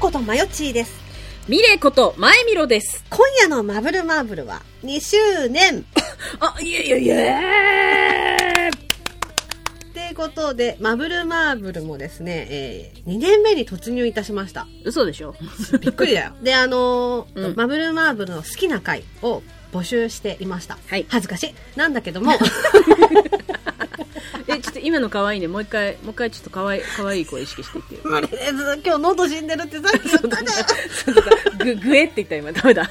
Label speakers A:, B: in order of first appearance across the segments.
A: ことマヨチーです。
B: ミレこと、前見ろです。
A: 今夜のマブルマーブルは2周年
B: あ、いえいえい
A: っ
B: え
A: てことで、マブルマーブルもですね、えー、2年目に突入いたしました。
B: 嘘でしょ
A: びっくりだ よ。で、あのー
B: うん
A: マブルマーブルの好きな回を募集していました。
B: はい
A: 恥ずかしい。なんだけ ども、
B: え、ちょっと今の可愛いね。もう一回、もう一回ちょっと可愛い、可愛い声意識していってよ。
A: あれ、今日喉死んでるってさっき 言ったじゃん。
B: ぐ、ぐえって言った今。ダメだ。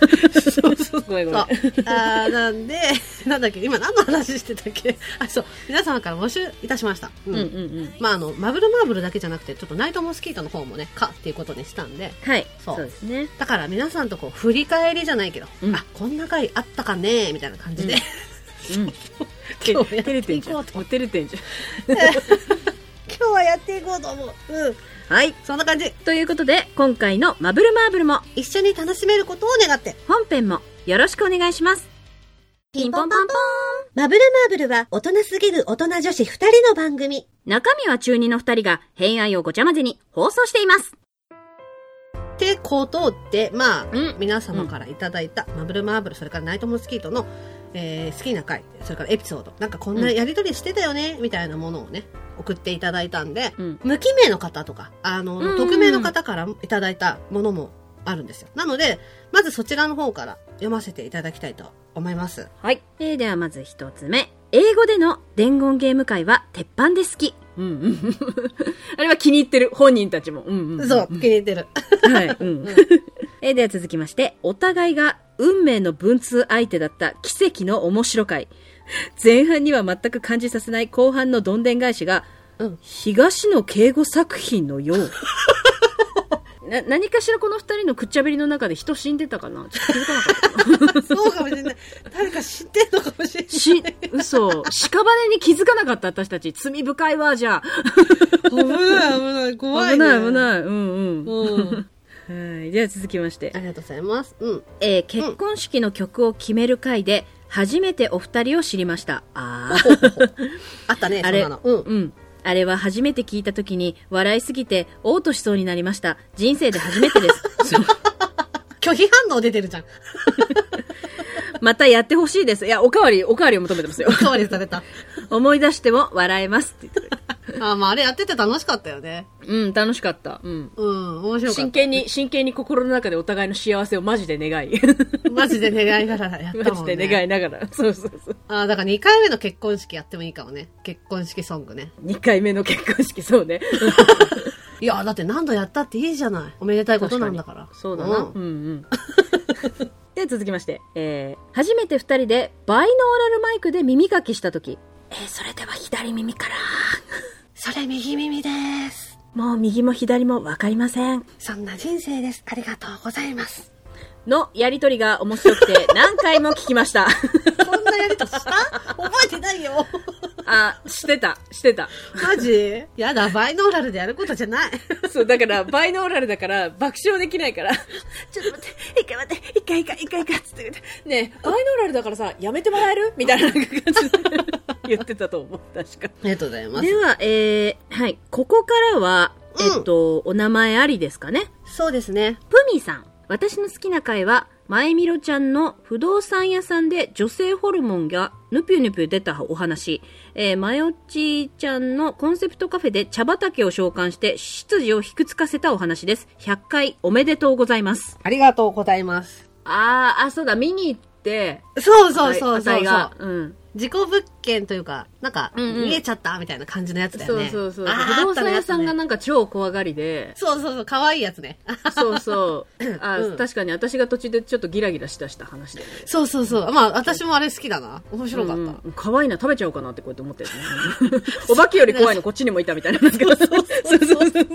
B: ごめんごめん。
A: そう。あーなんで、なんだっけ、今何の話してたっけあ、そう。皆様から募集いたしました。う
B: うんうんうん。
A: まあ、あの、マブルマーブルだけじゃなくて、ちょっとナイトモスキートの方もね、かっていうことにしたんで、
B: はい。
A: そう
B: そうですね。
A: だから皆さんとこう、振り返りじゃないけど、
B: うん
A: あ、こんな回あったかねみたいな感じで、
B: うん。
A: 今日や
B: て
A: って
B: 照れてん
A: い
B: じゃん。
A: こ
B: も
A: う
B: う
A: と。
B: 照れてんじ
A: 今日はやっていこうと思う。うん。
B: ゃん。はい。
A: そんな感じ。
B: ということで、今回のマブルマーブルも、
A: 一緒に楽しめることを願って。
B: 本編も、よろしくお願いします。ピンポンパンポ
A: マブルマーブルは大人すぎる大人女子二人の番組。
B: ン中身は中二の二人が、偏愛をごちゃ混ぜに放送しています。
A: ってことで、まあ、
B: うん
A: 皆様からいただいた、マブルマーブル、それからナイトモスキートの、えー好きな回、それからエピソード、なんかこんな
B: うん
A: やりとりしてたよね、みたいなものをね、送っていただいたんで、
B: うん。
A: 無記名の方とか、あの、
B: うんうんうん
A: 匿名の方からいただいたものもあるんですよ。なので、まずそちらの方から読ませていただきたいと思います。
B: はい。えー、ではまず一つ目。英語での伝言ゲーム会は鉄板で好き。うんうん。 あれは気に入ってる。本人たちも。うんうん。
A: そう、気に入ってる。
B: はい。うん。えー、では続きまして、お互いが運命の文通相手だった奇跡の面白会。前半には全く感じさせない後半のどんでん返しが、
A: うん
B: 東野敬吾作品のよう。 な、何かしらこの二人のくっちゃべりの中で人死んでたかなちょっと気づかなかった。
A: そうかもしれない。誰か知ってんのかもしれない。
B: し、嘘。屍に気づかなかった私たち。罪深いわ、じゃ
A: 危ない危ない、怖
B: あ。
A: い、
B: 危
A: ね。
B: ない危ない。うんうん。
A: うん。
B: はい。じゃあ続きまして
A: あ。りがとうございます。うん。
B: えー結婚式の曲を決める回で、初めてお二人を知りました。ああ。
A: あったね、
B: あれ
A: そんなの。うん。
B: うん。あれは初めて聞いた時に、笑いすぎて、嘔吐しそうになりました。人生で初めてです。そう
A: 拒否反応出てるじゃん。
B: またやってほしいです。いや、おかわり、おかわりを求めてますよ
A: お。かわりされた。
B: 思い出しても笑えますって言ってる。
A: あ、まああれやってて楽しかったよね。
B: うん、楽しかった。うん。
A: うん、面白か
B: 真
A: っ
B: 剣に、真剣に心の中でお互いの幸せをマジで願い。
A: た。マジで願いながらやっ
B: マ
A: た
B: ジ
A: もんね。
B: で願いながら。 そうそうそう。
A: あ、だから2回目の結婚式やってもいいかもね。結婚式ソングね。
B: 2回目の結婚式、そ うね。
A: いや、だって何度やったっていいじゃない。おめでたいことなんだから。
B: そうだな。うん
A: ん
B: うん。 で、続きまして。えー、初めて2人でバイノーラルマイクで耳かきしたとき。えー、それでは左耳から。
A: それ右耳です。
B: もう右も左もわかりません。
A: そんな人生です。ありがとうございます。
B: のやりとりが面白くて何回も聞きました。
A: こんなやりとした覚えてないよ。
B: あ、してた、してた。
A: マジやだ、バイノーラルでやることじゃない。
B: そう、だから、バイノーラルだから、爆笑できないから、 ちょっと待って、一回待って、一回一回、一回一回っつって、ねえ、バイノーラルだからさ、やめてもらえるみたいな感 じで言ってたと思う、確
A: あ
B: か。
A: りがとうございま。
B: ですは、えー、はい、ここからは、
A: うん
B: えっと、お名前ありですかね。
A: そうですね。
B: プミさん。私の好きな回は、前みろちゃんの不動産屋さんで女性ホルモンがぬぴゅぬぴゅ出たお話。えー、まよっちちゃんのコンセプトカフェで茶畑を召喚して執事をひくつかせたお話です。100回おめでとうございます。
A: ありがとうございます。
B: あー、あ、そうだ、見に行って、
A: そうそうそう
B: あ
A: そ
B: た
A: う
B: い
A: そ
B: が
A: う。
B: うん。
A: 自己物件というか、なんか、
B: うんうん
A: 逃げちゃったみたいな感じのやつだよ
B: そう
A: ね。
B: そうそう。
A: あー
B: 不動産屋さんが
A: あっ
B: なんか超怖がりで、
A: たねあったねそうそうそう、可愛いやつね。あ
B: そうそう。あ、
A: うん
B: 確かに私が途中でちょっとギラギラしたした話で。
A: そうそうそう。まあ、私もあれ好きだな。面白かった。
B: うんうん可愛いな、食べちゃおうかなってこうやって思ってる ね。お化けより怖いのこっちにもいたみたいな。そうそうそう。
A: そう、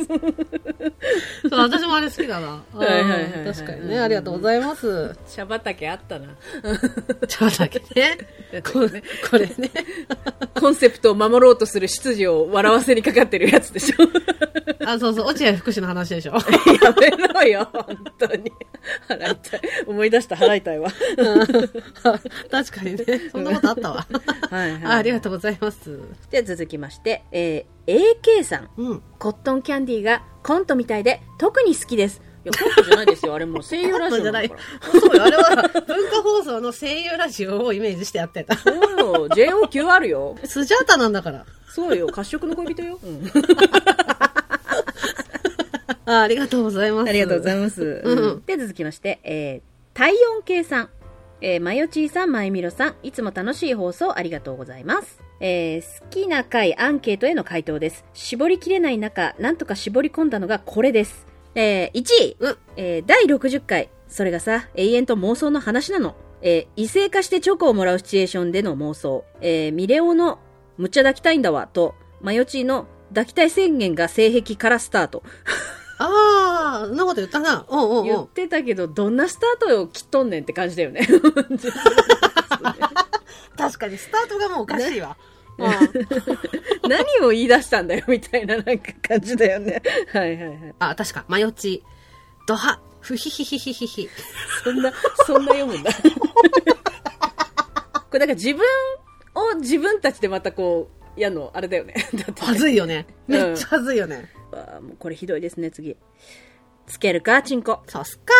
A: 私もあれ好き だな。
B: はいはいはいはい
A: うん確かにね。ありがとうございます。
B: 茶畑あったな。
A: ちょっとだけね。 ここれね。
B: コンセプトを守ろうとする執事を笑わせにかかってるやつでしょ。
A: あ、そうそう、落合福祉の話で しょ。
B: やめろよ、本当に。払いたい。思い出した、払いたいわ。
A: 確かにね。そんなことあったわ。
B: はいはい
A: あありがとうございます。
B: では続きまして、えー、AK さん。
A: うん。
B: コットンキャンディーがコントみたいで特に好きです。いや、コントじゃないですよ。あれもう声優ラジオ
A: じ
B: な
A: ゃ
B: ん
A: な
B: だ
A: い
B: から。。
A: そうよ、あれは文化放送の声優ラジオをイメージしてやってた。
B: そうよ。JOQ あるよ。
A: スジャータなんだから。
B: そうよ。褐色の恋人よ。うん。
A: あありがとうございます。
B: ありがとうござい
A: ま
B: ます。
A: うん
B: うんでは続きまして、えー、体温計さん。えー、まよちーさん、まゆみろさん、いつも楽しい放送ありがとうございます。えー、好きな回アンケートへの回答です。絞りきれない中、なんとか絞り込んだのがこれです。えー、1位、
A: うん
B: えー、第60回。それがさ、永遠と妄想の話なの。えー、異性化してチョコをもらうシチュエーションでの妄想。えー、ミレオの、むっちゃ抱きたいんだわ、と、まよちーの抱きたい宣言が性癖からスタート。
A: す。ああ、そんなこと言ったな。うんうんう
B: 言
A: ん
B: っ。てたけど、どんなスタートを切っとんねんって感じだよ ね。
A: 確かに、スタートがもうおかしいわ。
B: ね何を言い出したんだよみたいななんか感じだよね。 はいはいはい。
A: あ、確か、マヨチ、ドハ、フヒヒヒヒヒヒ。
B: そんな、そんな読むんだ。こ れだから自分を自分たちでまたこう、やんの、あれだよね。 だって
A: はずいよね。
B: うん
A: めっちゃはずいよね。
B: わあもうこれひどいですね、次。つけるか、チンコ。
A: さすか。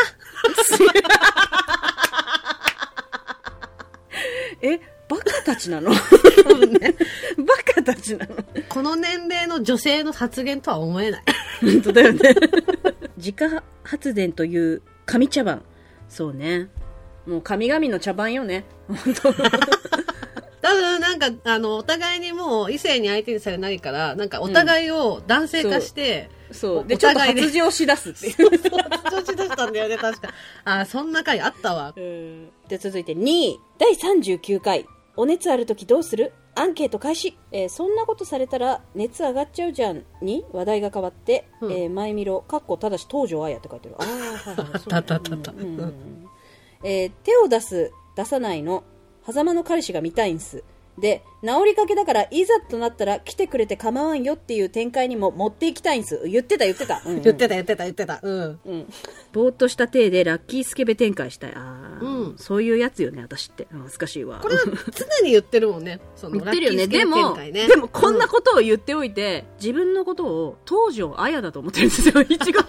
B: え、バカたちな のバカたちなの
A: この年齢の女性の発言とは思えない。
B: 本当だよね 自家発電という紙茶番そうねもう神々の茶番よね本当
A: 多分、なんか、あの、お互いにもう異性に相手にされないから、なんかお互いを男性化して、
B: そう
A: お
B: でちょっと
A: 互いね
B: 発情しだすっていう
A: 調子出したんだよね、確か。あ、そんな回あったわ。
B: うんで続いて2位第39回「お熱ある時どうする?」アンケート開始、えーそんなことされたら熱上がっちゃうじゃんに話題が変わって「
A: うん
B: えー前見ろ」かっこただし東条綾って書いてるああはいはいそ
A: あ
B: うね
A: ったあったあった
B: うんうんえー手を出す出さないの狭間の彼氏が見たいんすで治りかけだからいざとなったら来てくれて構わんよっていう展開にも持っていきたいんす言ってた言ってた、うんう ん
A: 言ってた言ってた言ってた。うん。
B: うん、ぼーっとした体でラッキースケベ展開したいあー、
A: うん
B: そういうやつよね私ってうん懐かしいわ
A: これは常に言ってるもんね。その
B: 言ってるよね
A: ラッキース
B: で
A: ケベ
B: も
A: 展開
B: でもこんなことを言っておいて、自分のことを東条綾だと思ってるん ですよいちご100%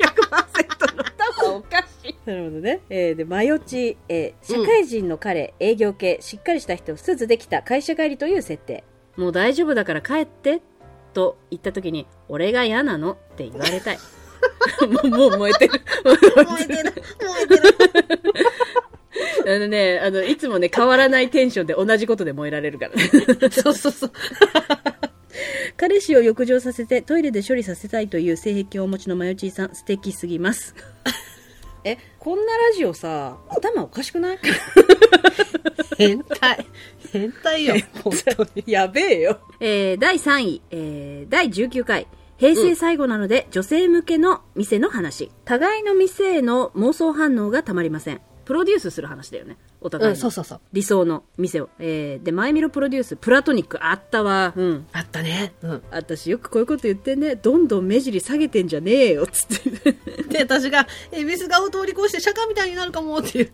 B: のおかしいなるほどね、えーでマヨチ、えー社会人の彼、営業系しっかりした人すずできた会社帰りという設定もう大丈夫だから帰ってと言った時に俺が嫌なのって言われたい もうもう燃えてる
A: 燃えてる、燃えてる。
B: あのね、あの、いつもね、変わらないテンションで同じことで燃えられるからね。
A: そうそうそう。
B: 彼氏を浴場させてトイレで処理させたいという性癖をお持ちのマヨチーさん、素敵すぎます。 え、こんなラジオさ、頭おかしくない
A: 変態。変態よ、本当に。
B: やべえよ。えー第3位、えー第19回。平成最後なので、女性向けの店の話。互いの店への妄想反応がたまりません。プロデュースする話だよね。お互
A: う
B: い
A: ん、
B: に
A: そうそうそう。
B: 理想の店を。えーで、前見ろプロデュース、プラトニックあったわ。うん。
A: あったね。うん。
B: 私よくこういうこと言ってねどんどん目尻下げてんじゃねえよつって
A: で、私が、え、ビス顔通り越して釈迦みたいになるかもって言って。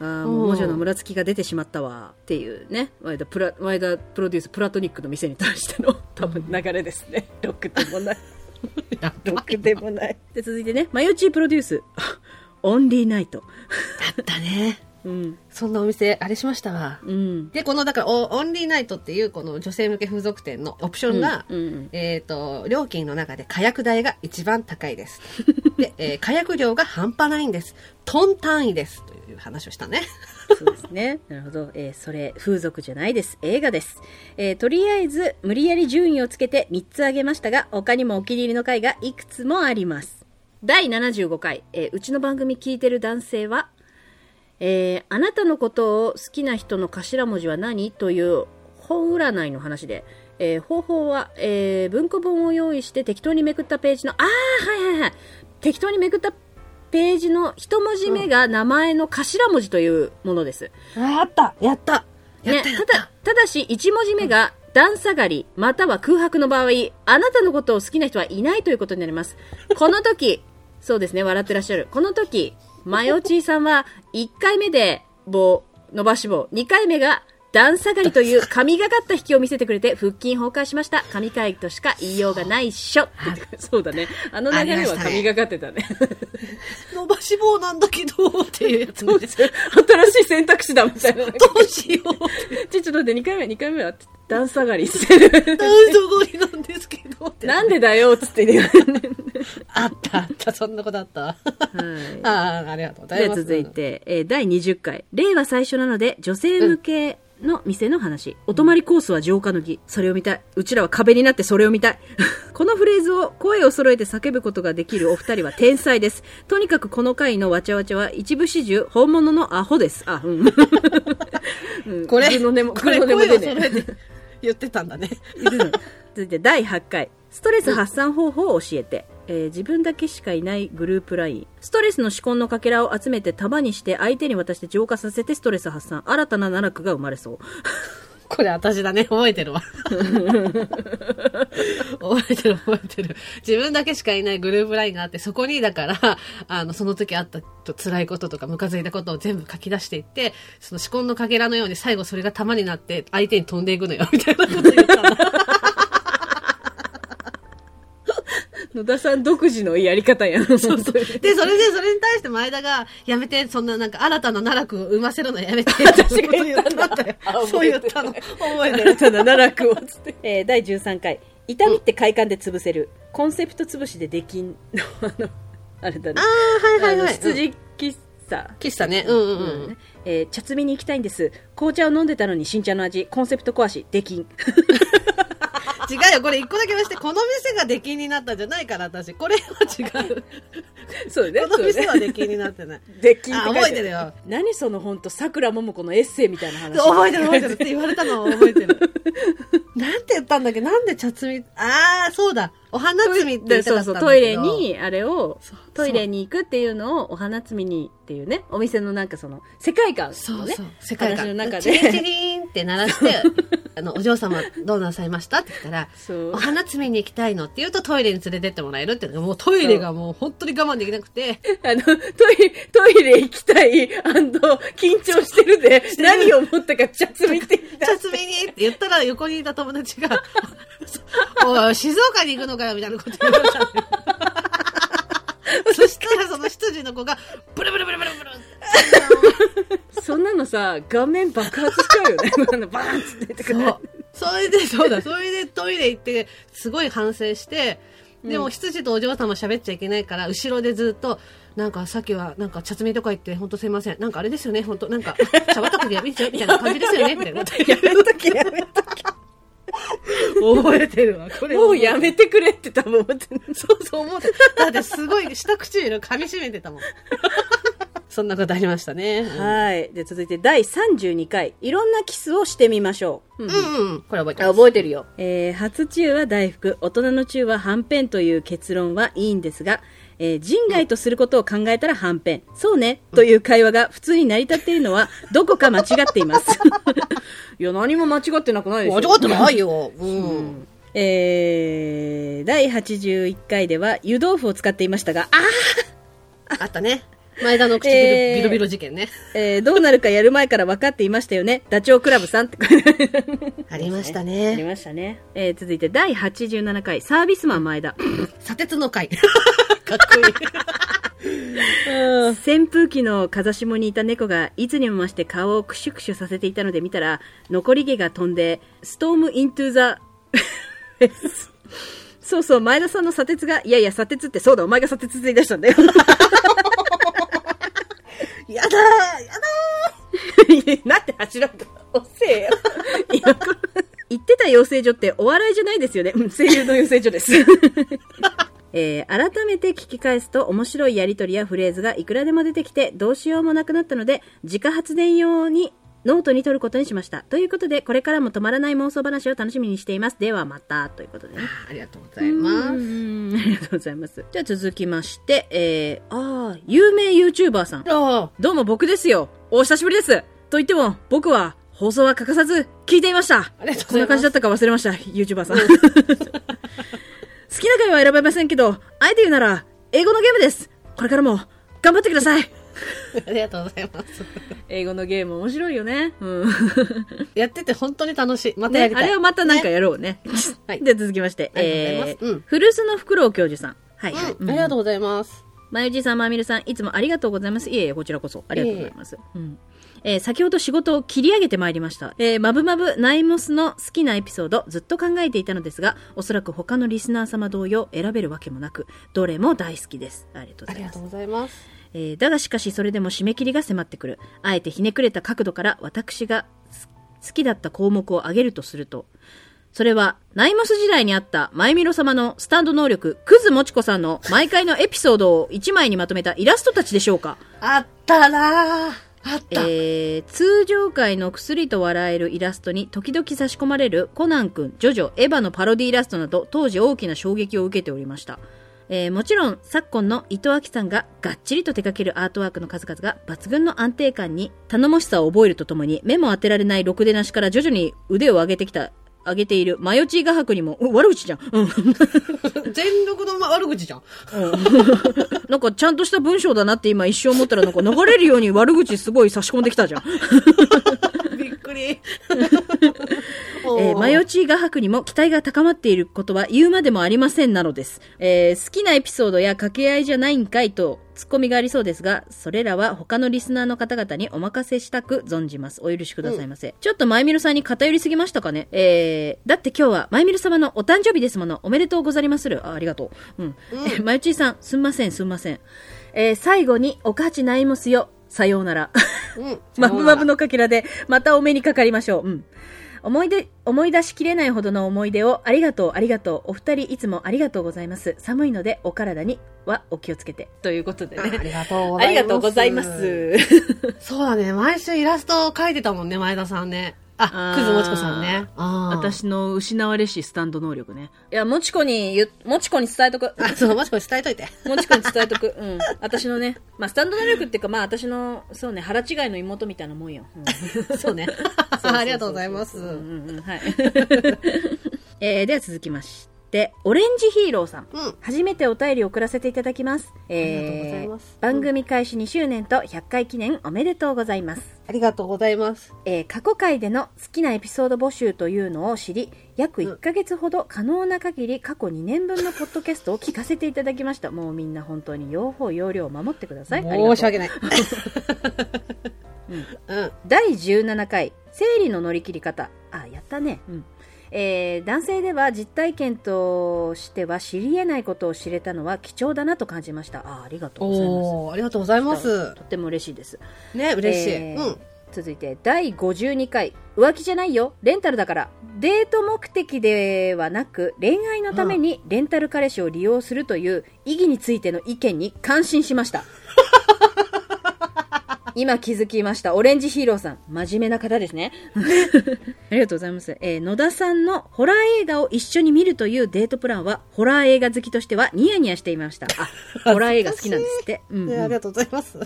B: ああもう文字のムラつきが出てしまったわっていうねワイダプラワイダプロデュースプラトニックの店に対しての多分流れですねロックでもない
A: や
B: ロックでもないで続いてねマヨチープロデュース オンリーナイト
A: ったね。
B: うん
A: そんなお店、あれしましたわ。
B: うん
A: で、この、だからお、オンリーナイトっていう、この女性向け風俗店のオプションが、
B: うんうん
A: えっ、と、料金の中で火薬代が一番高い です。で、えー火薬量が半端ないんです。トン単位です。という話をしたね。
B: そうですね。なるほど。えーそれ、風俗じゃないです。映画です。えーとりあえず、無理やり順位をつけて3つ挙げましたが、他にもお気に入りの回がいくつもあります。第75回、えーうちの番組聞いてる男性は、えーあなたのことを好きな人の頭文字は何という本占いの話で、えー方法は、えー文庫本を用意して適当にめくったページの、ああ、はいはいはい。適当にめくったページの一文字目が名前の頭文字というものです。
A: あ、あったやったや
B: ね、
A: ったやった
B: だ、ただし、一文字目が段下がり、または空白の場合、あなたのことを好きな人はいないということになります。この時、 そうですね、笑ってらっしゃる。この時、マヨチーさんは、1回目で棒、伸ばし棒、2回目が段下がりという神がかった引きを見せてくれて腹筋崩壊しました神回としか言いようがないっしょってそうだねあの流れは神がかってたね
A: 伸ばし棒なんだけど、っていうやつ ね、
B: 新しい選択肢だみたい な
A: どうしよう。
B: ちょちょっと待って2回目2回目は段下がりしてる
A: 男女ゴリなんですけど。
B: なんでだよっつってね、
A: あったあった、そんなことあった。
B: はい
A: ああ、ありがとうござ
B: で
A: いま
B: は
A: す。
B: 続いて、えー第20回令和最初なので女性向けの店の話、お泊まりコースは浄化の儀それを見たいうちらは壁になってそれを見たい このフレーズを声を揃えて叫ぶことができるお二人は天才ですとにかくこの回のわちゃわちゃは一部始終本物のアホですあうんうん
A: これ、
B: グの音も
A: これ、
B: グの音も
A: 声を
B: 出ね
A: 揃えて言ってたんだね。
B: 続いて第8回ストレス発散方法を教えて、えー自分だけしかいないグループラインストレスの思考のかけらを集めて束にして相手に渡して浄化させてストレス発散新たな奈落が生まれそう
A: これ私だね。覚えてるわ。覚えてる覚えてる。自分だけしかいないグループラインがあって、そこにだから、あの、その時あったと辛いこととかムカついたことを全部書き出していって、その思考のかけらのように最後それが玉になって相手に飛んでいくのよ、みたいなこと言ったんだ。
B: 野田さん独自のやり方やな そうそ う
A: で、それで、それに対して前田が、やめて、そんななんか新たな奈落を生ませるのや めて、
B: 私が言ったんだ
A: そういうこと言ったんだよ。そう言っ
B: あ覚え
A: て
B: る
A: たの。覚えてる
B: 新。たな奈落をつって、 えー第13回痛みって快感で潰せる、コンセプト潰しでできん あのあれだね
A: あー、はいはいはい。
B: あの羊喫茶
A: 喫茶ね。うんうんうん。
B: えー茶摘みに行きたいんです紅茶を飲んでたのに新茶の味コンセプト壊しでき ん
A: 違うよ、これ一個だけ言わして、この店が出禁になったんじゃないから、私。これは違う。
B: そうね
A: この店は出禁になって ない。
B: できん
A: あ、覚えてるよ。
B: 何その本当さくらももこのエッセイみたいな話
A: 覚えてる覚 えてるって言われたのは覚えてる。 なんて言ったんだっけなんで茶摘み、ああ、そうだ。お花摘みって言
B: で
A: ってた
B: そ
A: んだけど
B: うそうトイレ。にあれを
A: そうそう
B: トイレに行くっていうのをお花摘みにっていうねお店のなんかその世界観
A: そ
B: の
A: う
B: ね
A: そう。世界観。
B: 話の中
A: チリンチ
B: で
A: リンって鳴らして、あの、お嬢様どうなさいましたって言ったら、
B: そう
A: お花摘みに行きたいのって言うとトイレに連れてってもらえるっていうのが、もうトイレがもう本当に我慢できなくて。
B: あのトイレトイレ行きたい緊張してるで 何を思ったか茶摘みって言った
A: 茶摘みにって言ったら横にいた友達 が、おいおい、静岡に行くのかよみたいなこと言われたの よそしたらその執事の子が、ブルブルブルブルブル
B: そんなのさ画面爆発しちゃうよ ねあのバーンって出てくる
A: そう。それ で、そうだ、それでトイレ行って、すごい反省して、でも、執事とお嬢様喋っちゃいけないから、後ろでずっと、なんかさっきは、なんか、茶摘みとか言って、本当すいません。なんかあれですよね、本当なんか、茶畑でやめちゃうみたいな感じです よね、みたい なこと言って
B: やめときやめと
A: 覚えてるわ、こ
B: き
A: れ
B: もうやめてくれって多分思ってる
A: そうそう思ってた。だってすごい下唇噛み締めてたもん。 そんなことありましたね。
B: はいで続いて第32回いろんなキスをしてみましょう、うん
A: うんうん。これ覚えて
B: あ
A: ます。
B: 覚えてるよ、えー、初中は大福大人の中ははんぺんという結論はいいんですが、えー人外とすることを考えたらはんぺんそうねという会話が普通に成り立っているのはどこか間違っています いや何も間違ってなくない
A: 間違ってないよ。うん。
B: えー、第81回では湯豆腐を使っていましたが、あ
A: あったね。前田の唇
B: えー
A: ビロビロ事件ね。
B: えーどうなるかやる前から分かっていましたよね。ダチョウ倶楽部さんって。
A: ありました
B: あり
A: ね。
B: ましたね。えー続いて第87回、サービスマン前田。
A: 砂鉄の会。 かっこいい。
B: 扇風機の風下にいた猫がいつにも増して顔をクシュクシュさせていたので見たら残り毛が飛んでストームイントゥーザ そうそう前田さんの砂鉄がいやいや砂鉄ってそうだお前が砂鉄って言い出したんだよ
A: やだーやだ
B: なんて走らんだおせえよ言ってた養成所ってお笑いじゃないですよねうん声優の養成所 ですえー改めて聞き返すと面白いやりとりやフレーズがいくらでも出てきてどうしようもなくなったので自家発電用にノートに取ることにしましたということでこれからも止まらない妄想話を楽しみにしていますではまたということでね
A: ありがとうございます。
B: うんありがとうございますじゃあ続きましてえー、ああ有名 YouTuber さん
A: あ
B: どうも僕ですよ。お久しぶりです。と言っても、僕は放送は欠かさず聞いていました。
A: ありがとうございます
B: こんな感じだったか忘れました、YouTuber さん。好きな回は選べませんけど、あえて言うなら、英語のゲームです。これからも頑張ってください。
A: ありがとうございます。
B: 英語のゲーム面白いよね。うん。
A: やってて本当に楽しい。また
B: ね、
A: やりた
B: あ
A: い。
B: れはまたなんかやろうね。
A: はい
B: で、続きまして。
A: ありがとうございますうん
B: 古巣のフクロウ教授さん。はい、はい。
A: うん、ありがとうございます。
B: まゆじさん、まみるさん、いつもありがとうございます。いえいえ、こちらこそ。ありがとうございます。うん。えー先ほど仕事を切り上げてまいりました。えーまぶまぶナイモスの好きなエピソード、ずっと考えていたのですが、おそらく他のリスナー様同様、選べるわけもなく、どれも大好きです。ありがとう
A: あ
B: ござ
A: り
B: い
A: が
B: ます
A: とう。ございます。
B: えーだがしかしそれでも締め切りが迫ってくる。あえてひねくれた角度から私がす好きだった項目を挙げるとすると、それは、ナイモス時代にあった、マイミロ様のスタンド能力、クズもちこさんの毎回のエピソードを1枚にまとめたイラストたちでしょうか。
A: あったなぁ。あった。
B: えー通常回の薬と笑えるイラストに時々差し込まれるコナン君、ジョジョ、エヴァのパロディイラストなど当時大きな衝撃を受けておりました。えーもちろん昨今の伊藤明さんががっちりと手掛けるアートワークの数々が抜群の安定感に頼もしさを覚えるとともに目も当てられないろくでなしから徐々に腕を上げてきた、上げているマヨチー画伯にも、うん悪口じゃん。うん。
A: 全力の悪口 じゃん。
B: なんかちゃんとした文章だなって今一瞬思ったらなんか流れるように悪口すごい差し込んできたじゃん。
A: びっく り。
B: えー、マヨチー画伯にも期待が高まっていることは言うまでもありませんなのです。えー好きなエピソードや掛け合いじゃないんかいとツッコミがありそうですが、それらは他のリスナーの方々にお任せしたく存じます。お許しくださいませ。ちょっとまゆみるさんに偏りすぎましたかねえー、だって今日はまゆみる様のお誕生日ですもの。おめでとうございまする。あありがとう。うん。え ーまゆちーさん、すんません、すんません。えー最後に、おかちないもすよ。さようなら。
A: うん。
B: マブマブのかけらで、またお目にかかりましょう。うん。思い出、思い出しきれないほどの思い出を、ありがとう、ありがとう。お二人いつもありがとうございます。寒いので、お体にはお気をつけて。ということで
A: ああ
B: ね。
A: りがとうございます。
B: ありがとうございま。す。
A: そうだね。毎週イラストを描いてたもんね、前田さんね。あ
B: あ、ー
A: くずもちこさんね。あー。
B: の失われしスタンド能力ね。いや、もちこに言う、もちこに伝えとく。
A: あ、そう、もちこ伝えといて。
B: もちこに伝えとく。うん。私のね、まあ、スタンド能力っていうか、まあ、私の、そうね、腹違いの妹みたいなもんよ。うん
A: そうね。ありがとうございます。うん。
B: うんうんはい。 えーでは続きまして、オレンジヒーローさん。初めてお便りを送らせていただきます。
A: ありがとうございます
B: 番組開始2周年と100回記念おめでとうございます。
A: ありがとうございます。
B: えー過去回での好きなエピソード募集というのを知り、約1ヶ月ほど可能な限り過去2年分のポッドキャストを聞かせていただきました。もうみんな本当に用法用量を守ってください。ありがとう
A: 申し訳 ない。うん。
B: 第17回生理の乗り切り方あやったね、うんえー男性では実体験としては知り得ないことを知れたのは貴重だなと感じましたあありがとうございます
A: おー、ありがとうございます。
B: とっても嬉しいです
A: ね、嬉しい。
B: えー
A: うん。
B: 続いて第52回浮気じゃないよレンタルだからデート目的ではなく恋愛のためにレンタル彼氏を利用するという意義についての意見に感心しま した今気づきましたオレンジヒーローさん真面目な方ですね ありがとうございます、えー野田さんのホラー映画を一緒に見るというデートプランはホラー映画好きとしてはニヤニヤしていましたあホラー映画好きなんですって、うんうん
A: ねありがとうござい ます。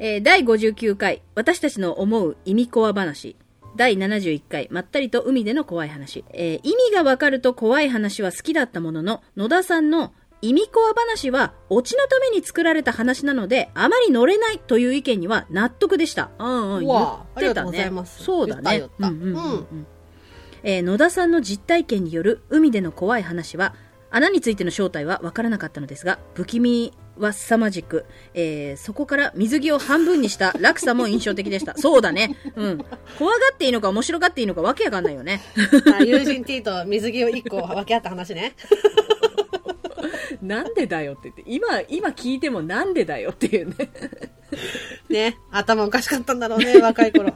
B: えー第59回、私たちの思う意味コア話。第71回、まったりと海での怖い話。えー意味がわかると怖い話は好きだったものの、野田さんの意味コア話は、オチのために作られた話なので、あまり乗れないという意見には納得でした。うんうん、
A: う
B: 言
A: わ
B: っ
A: ありがと
B: てた
A: うござ
B: ね
A: いま。す
B: そうだね
A: 言。った言ったうん
B: んえー野田さんの実体験による海での怖い話は穴についての正体は分からなかったのですが不気味は凄まじく、えーそこから水着を半分にした落差も印象的でした そうだね、うん、怖がっていいのか面白がっていいのかわけわかんないよね
A: あ友人 T と水着を1個分け合った話ね。
B: なんでだよって言って今今聞いてもなんでだよっていうね
A: ね、頭おかしかったんだろうね、若い 頃。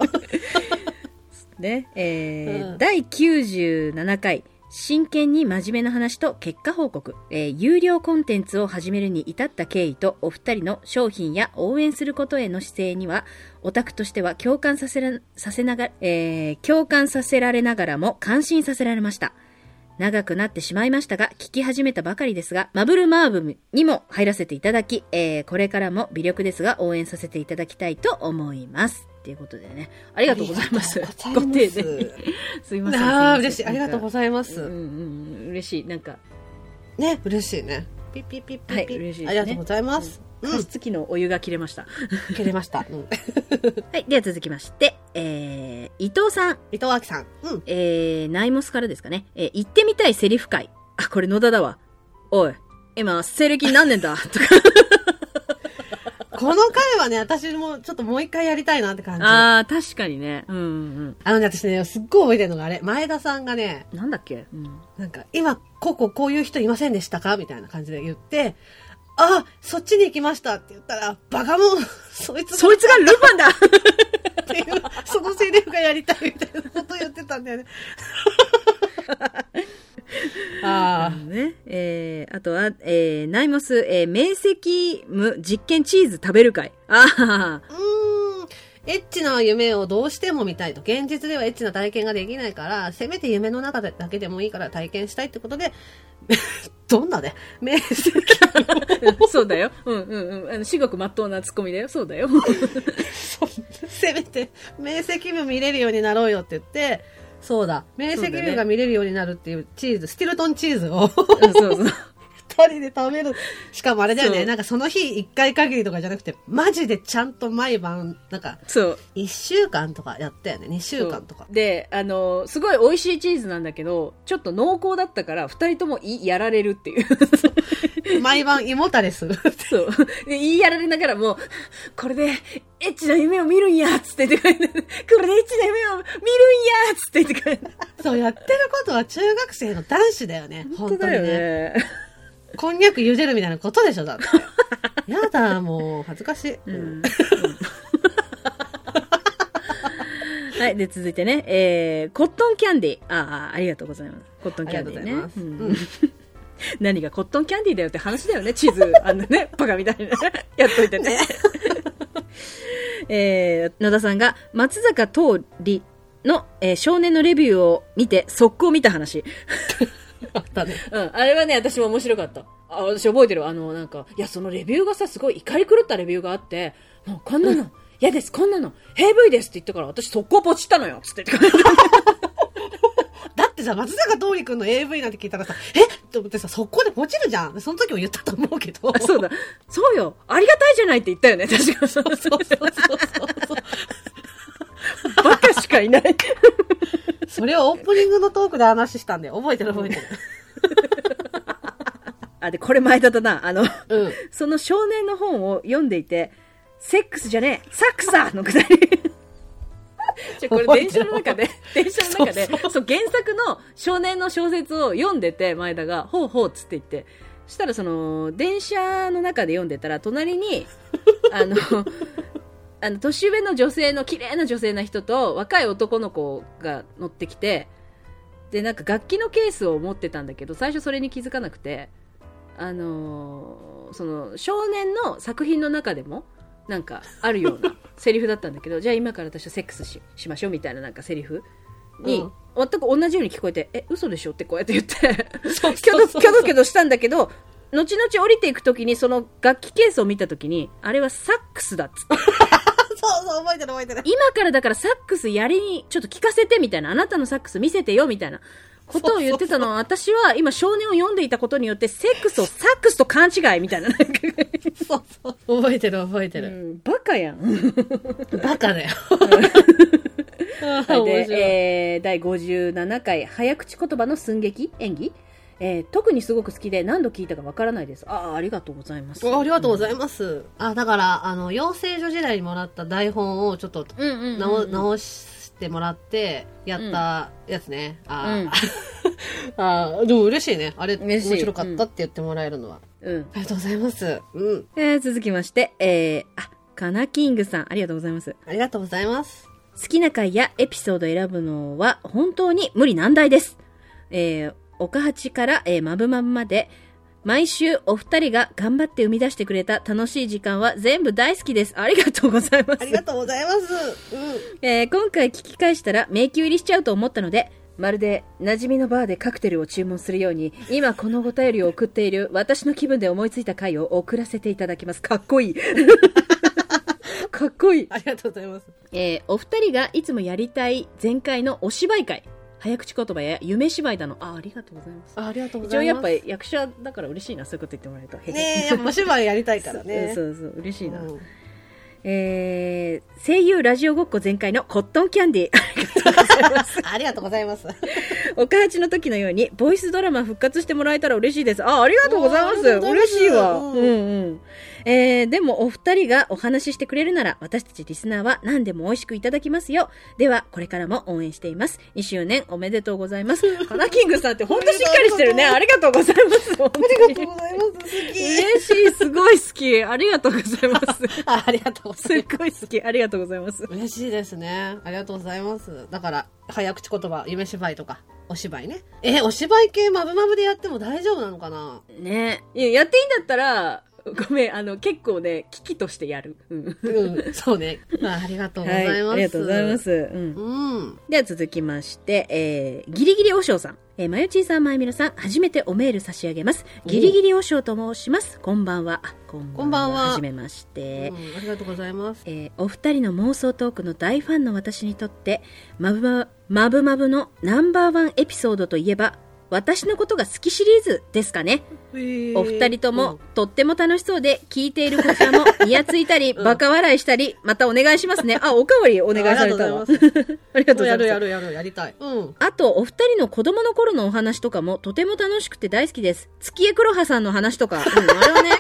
B: ねえー
A: うん
B: 第97回真剣に真面目な話と結果報告、えー有料コンテンツを始めるに至った経緯とお二人の商品や応援することへの姿勢にはオタクとしては共感させらさせながら、えー共感させられながらも感心させられました長くなってしまいましたが、聞き始めたばかりですが、マブルマーブにも入らせていただき、えーこれからも微力ですが応援させていただきたいと思います。ということでね、ありがとうございます。
A: ありがとうございます
B: ご丁寧にすいません。
A: ああ、嬉しい。ありがとうご
B: ざい
A: ざいま
B: うん
A: す。
B: うんうん、嬉しい。なんか、
A: ね、嬉しいね。ピッピッピッピッピッ
B: はい嬉しいですね
A: ありがとうございます。
B: 加湿器のお湯が切れました。
A: 切れました。 うん、
B: はい。では続きまして、えー、伊藤さん。
A: 伊藤明さん。うん。
B: えー、ナイモスからですかね。えー、行ってみたいセリフ会。あ、これ野田だわ。おい、今、西暦何 年だとか。
A: この回はね、私もちょっともう一回やりたいなって感じ。あ
B: あー、確かにね。うんうん
A: のね、私ね、すっごい覚えてるのがあれ、前田さんがね、
B: うん。なんだっけうん。
A: なんか、今、こうこうこういう人いませんでしたかみたいな感じで言って、あ、そっちに行きましたって言ったら、バカモン、 そいつ
B: そいつがルパンだ
A: っていう、そのセリフがやりたいみたいなこと言ってたん だよね。ああ。
B: ね。えー、あとは、えー、ナイモス、えー、面積無実験チーズ食べる会。あはは
A: うーん。エッチな夢をどうしても見たいと。現実ではエッチな体験ができないから、せめて夢の中でだけでもいいから体験したいってことで、 どんなね、面積を
B: そうだよ。うんうんうん。あの、至極真っ当なツッコミだよ。そうだよ。
A: せめて、明晰夢見れるようになろうよって言って、そうだ、明晰
B: そうだ
A: 夢
B: ね
A: が見れるようになるっていうチーズ、スティルトンチーズを
B: うんそうそう。
A: 二人で食べる。しかもあれだよ
B: そ
A: ね、
B: う
A: なんかその日一回限りとかじゃなくて、マジでちゃんと毎晩、なんか、
B: そう。
A: 一週間とかやったよね、二週間とか
B: そう。であのすごい美味しいチーズなんだけどちょっと濃厚だったから二人ともいやられる っていう
A: 毎晩胃もたれする。
B: そうで言いやられながらもこれでエッチな夢を見るんやっつって言ってこれでエッチな夢を見るんやっつって言って
A: そう、やってることは中学生の男子だよね、本当にね。
B: ね
A: こんにゃく茹でるみたいなことでしょ、だ って。やだ、もう、恥ずかしい。
B: うんはいで続いてね、えー、コットンキャンディーああありがとうございますコットンキャンディーね
A: ありがとうございます
B: ん 何がコットンキャンディーだよって話だよね、地図。あのね、 バカみたいな。やっといてね。えー、野田さんが、松坂桃李の、えー少年のレビューを見て、速攻見た話。
A: あったね。
B: うん、あれはね、私も面白かった。あ、私覚えてる。あの、なんか、いや、そのレビューがさ、すごい怒り狂ったレビューがあって、もうこんなの、嫌です、こんなの、AV ですって言ったから、私速攻ポチったのよ、つって。
A: だってさ、松坂桃李くんの AV なんて聞いたらさ、えって思ってさ、速攻でポチるじゃん。その時も言ったと思うけ ど。
B: あ そうだ。そうよ。ありがたいじゃないって言ったよね、確か。そうそうそうそう。 バカしかいない。
A: それをオープニングのトークで話したんで、覚えてる覚えてる。
B: あ、で、これ前田だな。あの、
A: うん。
B: その少年の本を読んでいて、セックスじゃねえ、サックスだのくだり。 ちょこれ電車の中で、電車の中で、
A: そ
B: そうう原作の少年の小説を読んでて、前田が、ほうほうっつって言って、そしたらその、電車の中で読んでたら、隣 に、あの、あの、年上の女性の、綺麗な女性な人と、若い男の子が乗ってきて、で、なんか楽器のケースを持ってたんだけど、最初それに気づかなくて、あのーその少年の作品の中でもなんかあるよう なセリフだったんだけどじゃあ今から私はセックスししましょうみたいななんかセリフに、
A: うん
B: 全く同じように聞こえて「え嘘でしょ?」ってこうやって言って
A: そう
B: キョ
A: そうそ
B: ド
A: う
B: キョドキョドしたんだけど後々降りていく時にその楽器ケースを見た時にあれはサックスだっつって
A: そうそう、覚えてる覚えてる。
B: 今からだからサックスやりにちょっと聞かせてみたいなあなたのサックス見せてよみたいなことを言ってたのは私は今少年を読んでいたことによってセックスをサックスと勘違いみたいななんか
A: そうそう。覚えてる覚えて
B: う
A: る。
B: ん、バカやん。
A: バカだよ。 あー面白い
B: で、えー、第57回、早口言葉の寸劇演技、えー特にすごく好きで何度聞いたかわからないです。ああ、ありがとうございます。
A: ありがとうござ
B: い
A: います。あ、だから、あの、養成所時代にもらった台本をちょっと
B: ます。うんうん、うん。
A: 直,、直してもらって、やったやつね。あー、
B: うん
A: あー、でも嬉しいね。あれ、面
B: 嬉しい
A: 白かったって言ってもらえるのは。
B: うん。
A: ありがとうございます。うん。
B: えー続きまして、えー、あ、カナキングさん、ありがとうございます。
A: ありがとうございます。
B: 好きな回やエピソード選ぶのは本当に無理難題です。えー、岡八から、えー、まぶまぶまで、毎週お二人が頑張って生み出してくれた楽しい時間は全部大好きです。ありがとうございます。
A: ありがとうございます。 うん。
B: えー今回聞き返したら迷宮入りしちゃうと思ったので、まるで馴染みのバーでカクテルを注文するように、今このお便りを送っている私の気分で思いついた回を送らせていただきます。かっこいい。 かっこいい。
A: ありがとうございます。
B: えーお二人がいつもやりたい前回のお芝居会。早口言葉や夢芝居だの。あ、ありがとうございます。
A: あありがとうご
B: 一
A: ざ
B: 応
A: い
B: やっ
A: ま
B: ぱ
A: す。
B: 役者だから嬉しいな、そういうこと言ってもらえると。へへ
A: ねえ、やっぱお芝居やりたいからね。
B: そうそうそう、嬉しいな。
A: うん
B: えー、声優ラジオごっこ全開のコットンキャンディー。
A: ありがとうございます。あり
B: おかはちの時のように、ボイスドラマ復活してもらえたら嬉しいです。あ、ありがとうございます。
A: あありがとうございま
B: 嬉
A: す
B: しいわ。う
A: うんん
B: うん。えー、でもお二人がお話ししてくれるなら、私たちリスナーは何でも美味しくいただきますよ。では、これからも応援しています。2周年おめでとうござ います。カナキングさんって本当しっかりしてるね。ありがとうございます。本当に
A: がとうございます。好き。
B: 嬉しい、すごい好き。ありがとうございます。
A: あありがとうご
B: す
A: ざい
B: っ
A: ます。
B: ごい好き。ありがとうございます。
A: 嬉しいですね。ありがとうございます。だから、早口言葉、夢芝居とか、お芝居ね。え、お芝居系まぶまぶでやっても大丈夫なのか な
B: ねいや、やっていいんだったら、ごめん、あの、結構ね、危機としてやる。うん。
A: うん、そうね。まあ、ありがとうございます。
B: ありがとうございま。す。うん。
A: うん。
B: では続きまして、えー、ギリギリおしょうさん。えー、まゆちーさん、まゆみろさん、初めておメール差し上げます。ギリギリおしょうと申します。こんばんは。あこん
A: こんばんは
B: はじめまして。
A: うんありがとうございます。
B: えーお二人の妄想トークの大ファンの私にとって、まぶま、まぶまぶのナンバーワンエピソードといえば、私のことが好きシリーズですかね。お二人とも、とっても楽しそうで、聞いているこち らも、ニヤついたり、
A: うん
B: バカ笑いしたり、またお願い しますね。あ、おかわりお
A: お
B: 願いされたわ。
A: ありがとうござい
B: ありが
A: ます。やるや
B: る。
A: るやるやりたい。うん。
B: あと、お二人の子供の頃のお話とかも、とても楽しくて大好きです。月江黒羽さんの話とか、うん、あれ はね、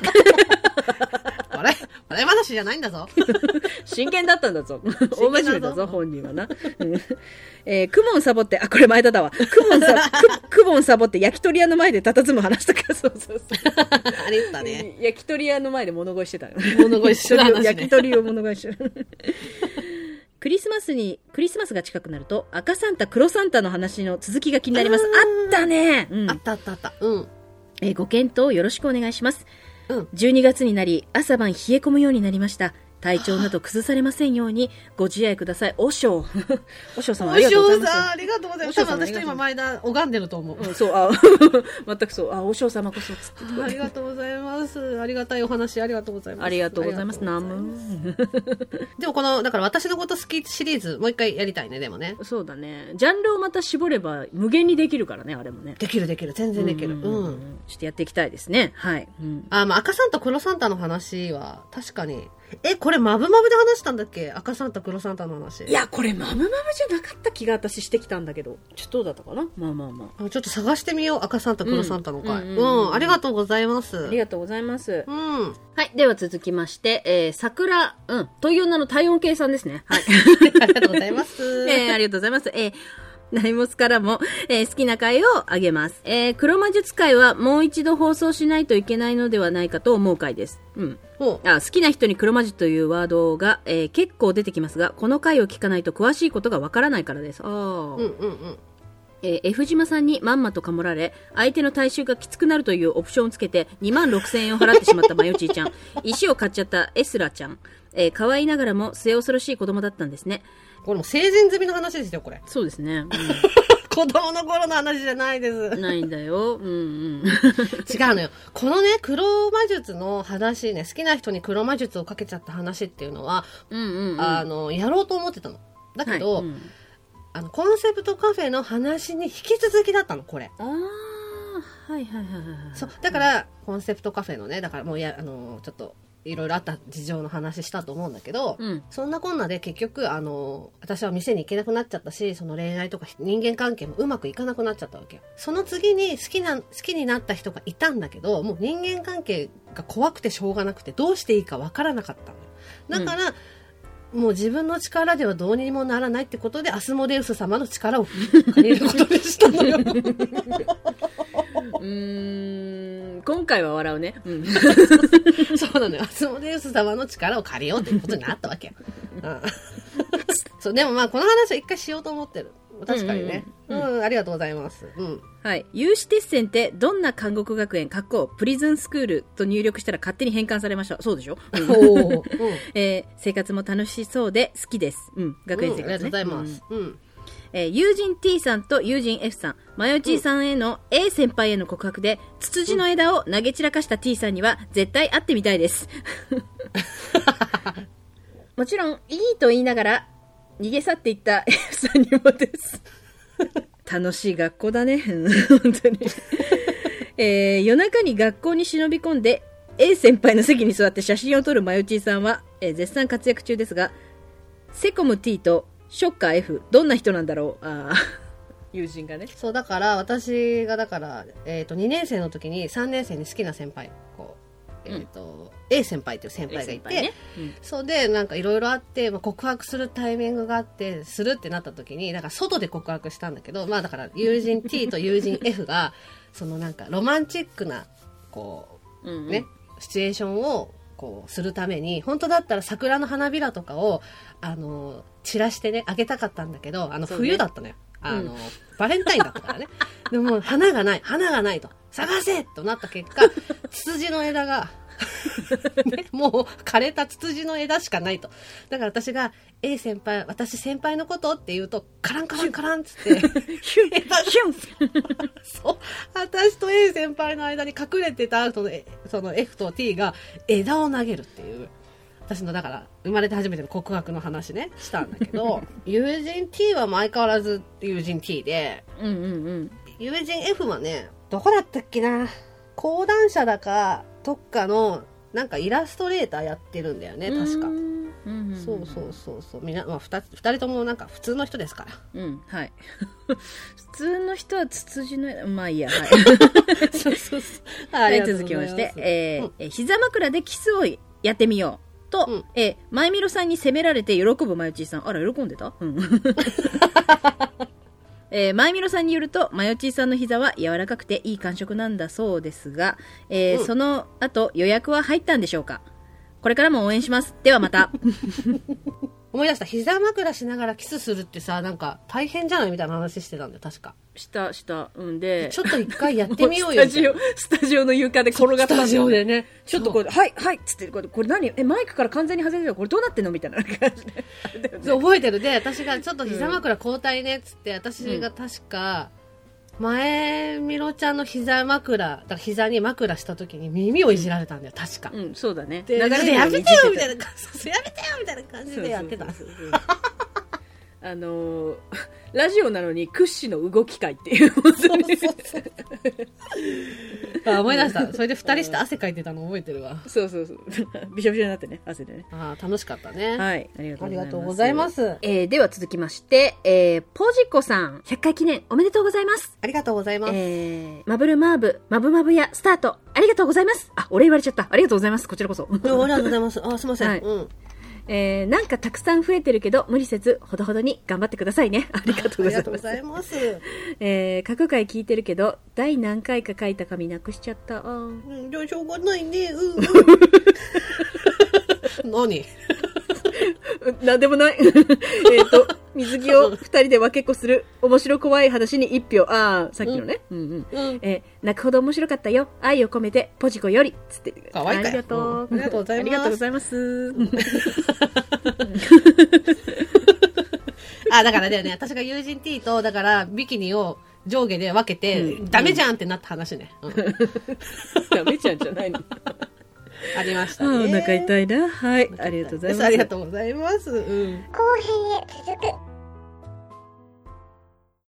A: 笑い、笑い話じゃないんだ ぞ。
B: 真剣だったんだぞ。大
A: 真剣だぞ
B: 真面目だぞ、本人はな。うんえー、クモンサボって、あ、これ前田だわ。クモンサ、ククモンサボって焼き鳥屋の前で佇む話とか、そうそうそう。
A: あれだね。
B: 焼き鳥屋の前で物乞いしてたよ。
A: 物乞いしてた話ね
B: 焼き鳥を物乞い してる。クリスマスに、クリスマスが近くなると、赤サンタ、黒サンタの話の続きが気になります。あ
A: あー
B: ったね、う
A: あ
B: ん
A: ったあったあった。うん。
B: えーご検討よろしくお願いします。
A: うん。
B: 12月になり、朝晩冷え込むようになりました。体調など崩されませんように、ご自愛ください。おしょう。 おしょうさんありがとうございます。
A: ありがとうございます。
B: お
A: 多分
B: 嬢様
A: 私と今前田拝んでると思う。
B: うん、そう、あ、 全くそう。あ、おしょう様こそ、つって。
A: ありがとうございます。ありがたいお話、ありがとうございます。
B: ありがとうございます。ナム。
A: でもこの、だから私のこと好きシリーズ、もう一回やりたいね、でもね。
B: そうだね。ジャンルをまた絞れば無限にできるからね、あれもね。
A: できるできる、全然できる。
B: うんうん
A: う。
B: うんんちょっとやっていきたいですね。はい。うん
A: あ、まあ、赤サンタ、黒サンタの話は、確かに。え、これ、マブマブで話したんだっけ赤サンタ、黒サンタの話。
B: いや、これ、マムマムじゃなかった気が私してきたんだけど。ちょっとどうだったかなまあまあま
A: あちょっと探してみよう、赤サンタ、黒サンタの回。
B: う
A: うんん、
B: う
A: うんん
B: うんうん
A: ありがとうございま
B: あ。あ
A: す
B: り。がとうございます。
A: うん。
B: はい。では続きまして、えー、桜、うん、という名の体温計算ですね。 はい。
A: ありがとうございます。
B: えー、ありがとうございます。えーナイモスからも、えー好きな回をあげます。えー、黒魔術回はもう一度放送しないといけないのではないかと思う回です。うん。
A: もう
B: あ好きな人に黒魔術というワードが、えー結構出てきますが、この回を聞かないと詳しいことがわからないからです。あー
A: うんうんうん。
B: えー F 島さんにまんまとかもられ、相手の体臭がきつくなるというオプションをつけて、2万6000円を払ってしまったマヨチーちゃん。 石を買っちゃったエスラちゃん。えー可愛いながらも末恐ろしい子供だったんですね。。
A: これもう成人済みの話ですよ、これ
B: そうですね。
A: 子供の頃の話じゃないです。
B: うん、ないんだよ。 うんうん。
A: 違うのよ。このね、黒魔術の話ね、好きな人に黒魔術をかけちゃった話っていうのは、
B: うんうん、うん。
A: あの、やろうと思ってたの。だけど、
B: はいうん
A: あの、コンセプトカフェの話に引き続きだったの、これ。
B: あーはいはいはいはいはい。
A: そう。だから、コンセプトカフェのね、だからもういや、あの、ちょっと、いろいろあった事情の話したと思うんだけど、
B: うん。
A: そんなこんなで結局、あの、私は店に行けなくなっちゃったし、その恋愛とか人間関係もうまくいかなくなっちゃったわけよ。その次に好きな、好きになった人がいたんだけど、もう人間関係が怖くてしょうがなくて、どうしていいかわからなかったのよ。だから、もう自分の力ではどうにもならないってことで、アスモデウス様の力を借りることにしたのよ。
B: うーん。今回は笑うね。うん。
A: そうなのよ。アスモデウス様の力を借りようということになったわけ。うん、 そう、でもまあ、この話は一回しようと思ってる。確かにね。
B: う
A: うんん、
B: うん
A: ありがとうございます。うん。
B: はい。有志鉄線って、どんな監獄学園、かっこ、プリズンスクールと入力したら勝手に変換されました。そうでしょ、うん
A: おお。
B: えー生活も楽しそうで好きです。うん。学園生活、ね
A: ありがとうございま
B: うん
A: す。うん。
B: えー友人 T さんと友人 F さん、マヨチーさんへの A 先輩への告白で、ツツジの枝を投げ散らかした T さんには絶対会ってみたいです。もちろん、いいと言いながら、逃げ去っていった F さんにもです。楽しい学校だね。本当に。えー夜中に学校に忍び込んで、A 先輩の席に座って写真を撮るマヨチーさんは、えー絶賛活躍中ですが、セコム T とショッカー F、どんな人なんだろうあー友人がね。
A: そうだから私がだから、えー、と2年生の時に3年生に好きな先輩こう、えーと A 先輩っていう先輩がいて、
B: うん
A: そうでなんかいろいろあって、まあ、告白するタイミングがあってするってなった時にだから外で告白したんだけどまあだから友人 T と友人 F が そのなんかロマンチックなこ
B: うんう
A: うんね、シチュエーションをこうするために本当だったら桜の花びらとかをあの散らしてねあげたかったんだけどあの
B: そうね
A: 冬だったのよ、あの、バレンタインだった からねでももう花がない花がないと探せとなった結果 ツツジの枝が、 ね、もう枯れたツツジの枝しかないとだから私が「A 先輩私先輩のこと?」って言うとカランカランカランっつって。
B: ヒュンヒュン
A: そう。私と A 先輩の間に隠れてた、その、えその F と T が枝を投げるっていう。私のだから生まれて初めての告白の話ねしたんだけど友人 T はもう相変わらず友人 T で
B: うんうんうん。
A: 友人 F はねどこだったっけな講談社だかどっかのなんかイラストレーターやってるんだよね確か
B: うんうんん
A: そうそうそうそうみんな、まあ、2, 人ともなんか普通の人ですから
B: うん、はい。 普通の人はツツジの、まあいいや、はい。
A: そうそう そう
B: はい、続きまして、えーえ膝枕でキスをやってみよう。と、
A: うん
B: えー、まゆみろさんに責められて喜ぶまゆちーさん。あら、喜んでた うん。えー、まゆみろさんによると、まよちーさんの膝は柔らかくていい感触なんだそうですが、えー
A: うん
B: その後予約は入ったんでしょうかこれからも応援します。ではまた。
A: 思い出した膝枕しながらキスするってさなんか大変じゃないみたいな話 してたんだよ確か
B: 下、下、うんで
A: ちょっと一回やってみよう
B: も
A: よ
B: うスタジオ、スタジオの床で転がっ
A: ス
B: たんだよ
A: タジオでね
B: ちょっとこう、はい、はい、っつって、これ、これ何え、マイクから完全に外れてるこれどうなってんのみたいな感じで。あれだよね
A: そう覚えてるで私がちょっと膝枕交代ねっつって私が確か前みろちゃんの膝枕だから膝に枕した時に耳をいじられたんだよ確か、
B: うん、そうだね。
A: で
B: 流れる
A: やめてよみたい
B: な。
A: な感じそうやめてよみたいな感じでやってた
B: そうそうそうそう。あのー、 ラジオなのに屈指の動き会っていう。本当に
A: あ思い出したそれで二人して汗かいてたの覚えてるわ
B: そうそうそう。びしょびしょになってね、汗でね。
A: あー楽しかったね、
B: はい、あり。
A: ありがとうございますす
B: えー、では続きまして、えー、ポジコさん、100回記念おめでとうございます。
A: ありがとうございます、
B: えー、マブルマーブ、マブマブやスタート、ありがとうございます。あ、俺言われちゃった。ありがとうございます。こちらこそ。
A: うんありがとうございます。あ、すみません。
B: はい
A: うん。
B: えー、なんかたくさん増えてるけど、無理せず、ほどほどに頑張ってくださいね。ありがと
A: あ
B: うご
A: り
B: ざい
A: がとうご
B: ます。
A: ざいます。
B: えー、各回聞いてるけど、第何回か書いた紙なくしちゃった。あ ー
A: うん、じゃあしょうがないね。うん、 うん。何
B: うんなんでもない。 えっと、水着を二人で分けっこする、面白怖い話に一票。ああ、さっきのね。うんうん。
A: うん。
B: えー泣くほど面白かったよ。愛を込めて、ポジコより。つって。
A: 可愛いかよ
B: ありがとう。
A: うんありがとうございます
B: ありがとうございます。
A: あ、だからだよね。私が友人 T と、だから、ビキニを上下で分けて、
B: うん
A: ダメじゃんってなった話ね。うん。
B: ダメちゃんじゃ ないの。
A: ありました
B: あー
A: ね。
B: お腹痛いな。はい。あ
A: あ
B: りがとうございます。
A: ありがとうございます。う
C: 後
A: ん。
C: 編へ続く。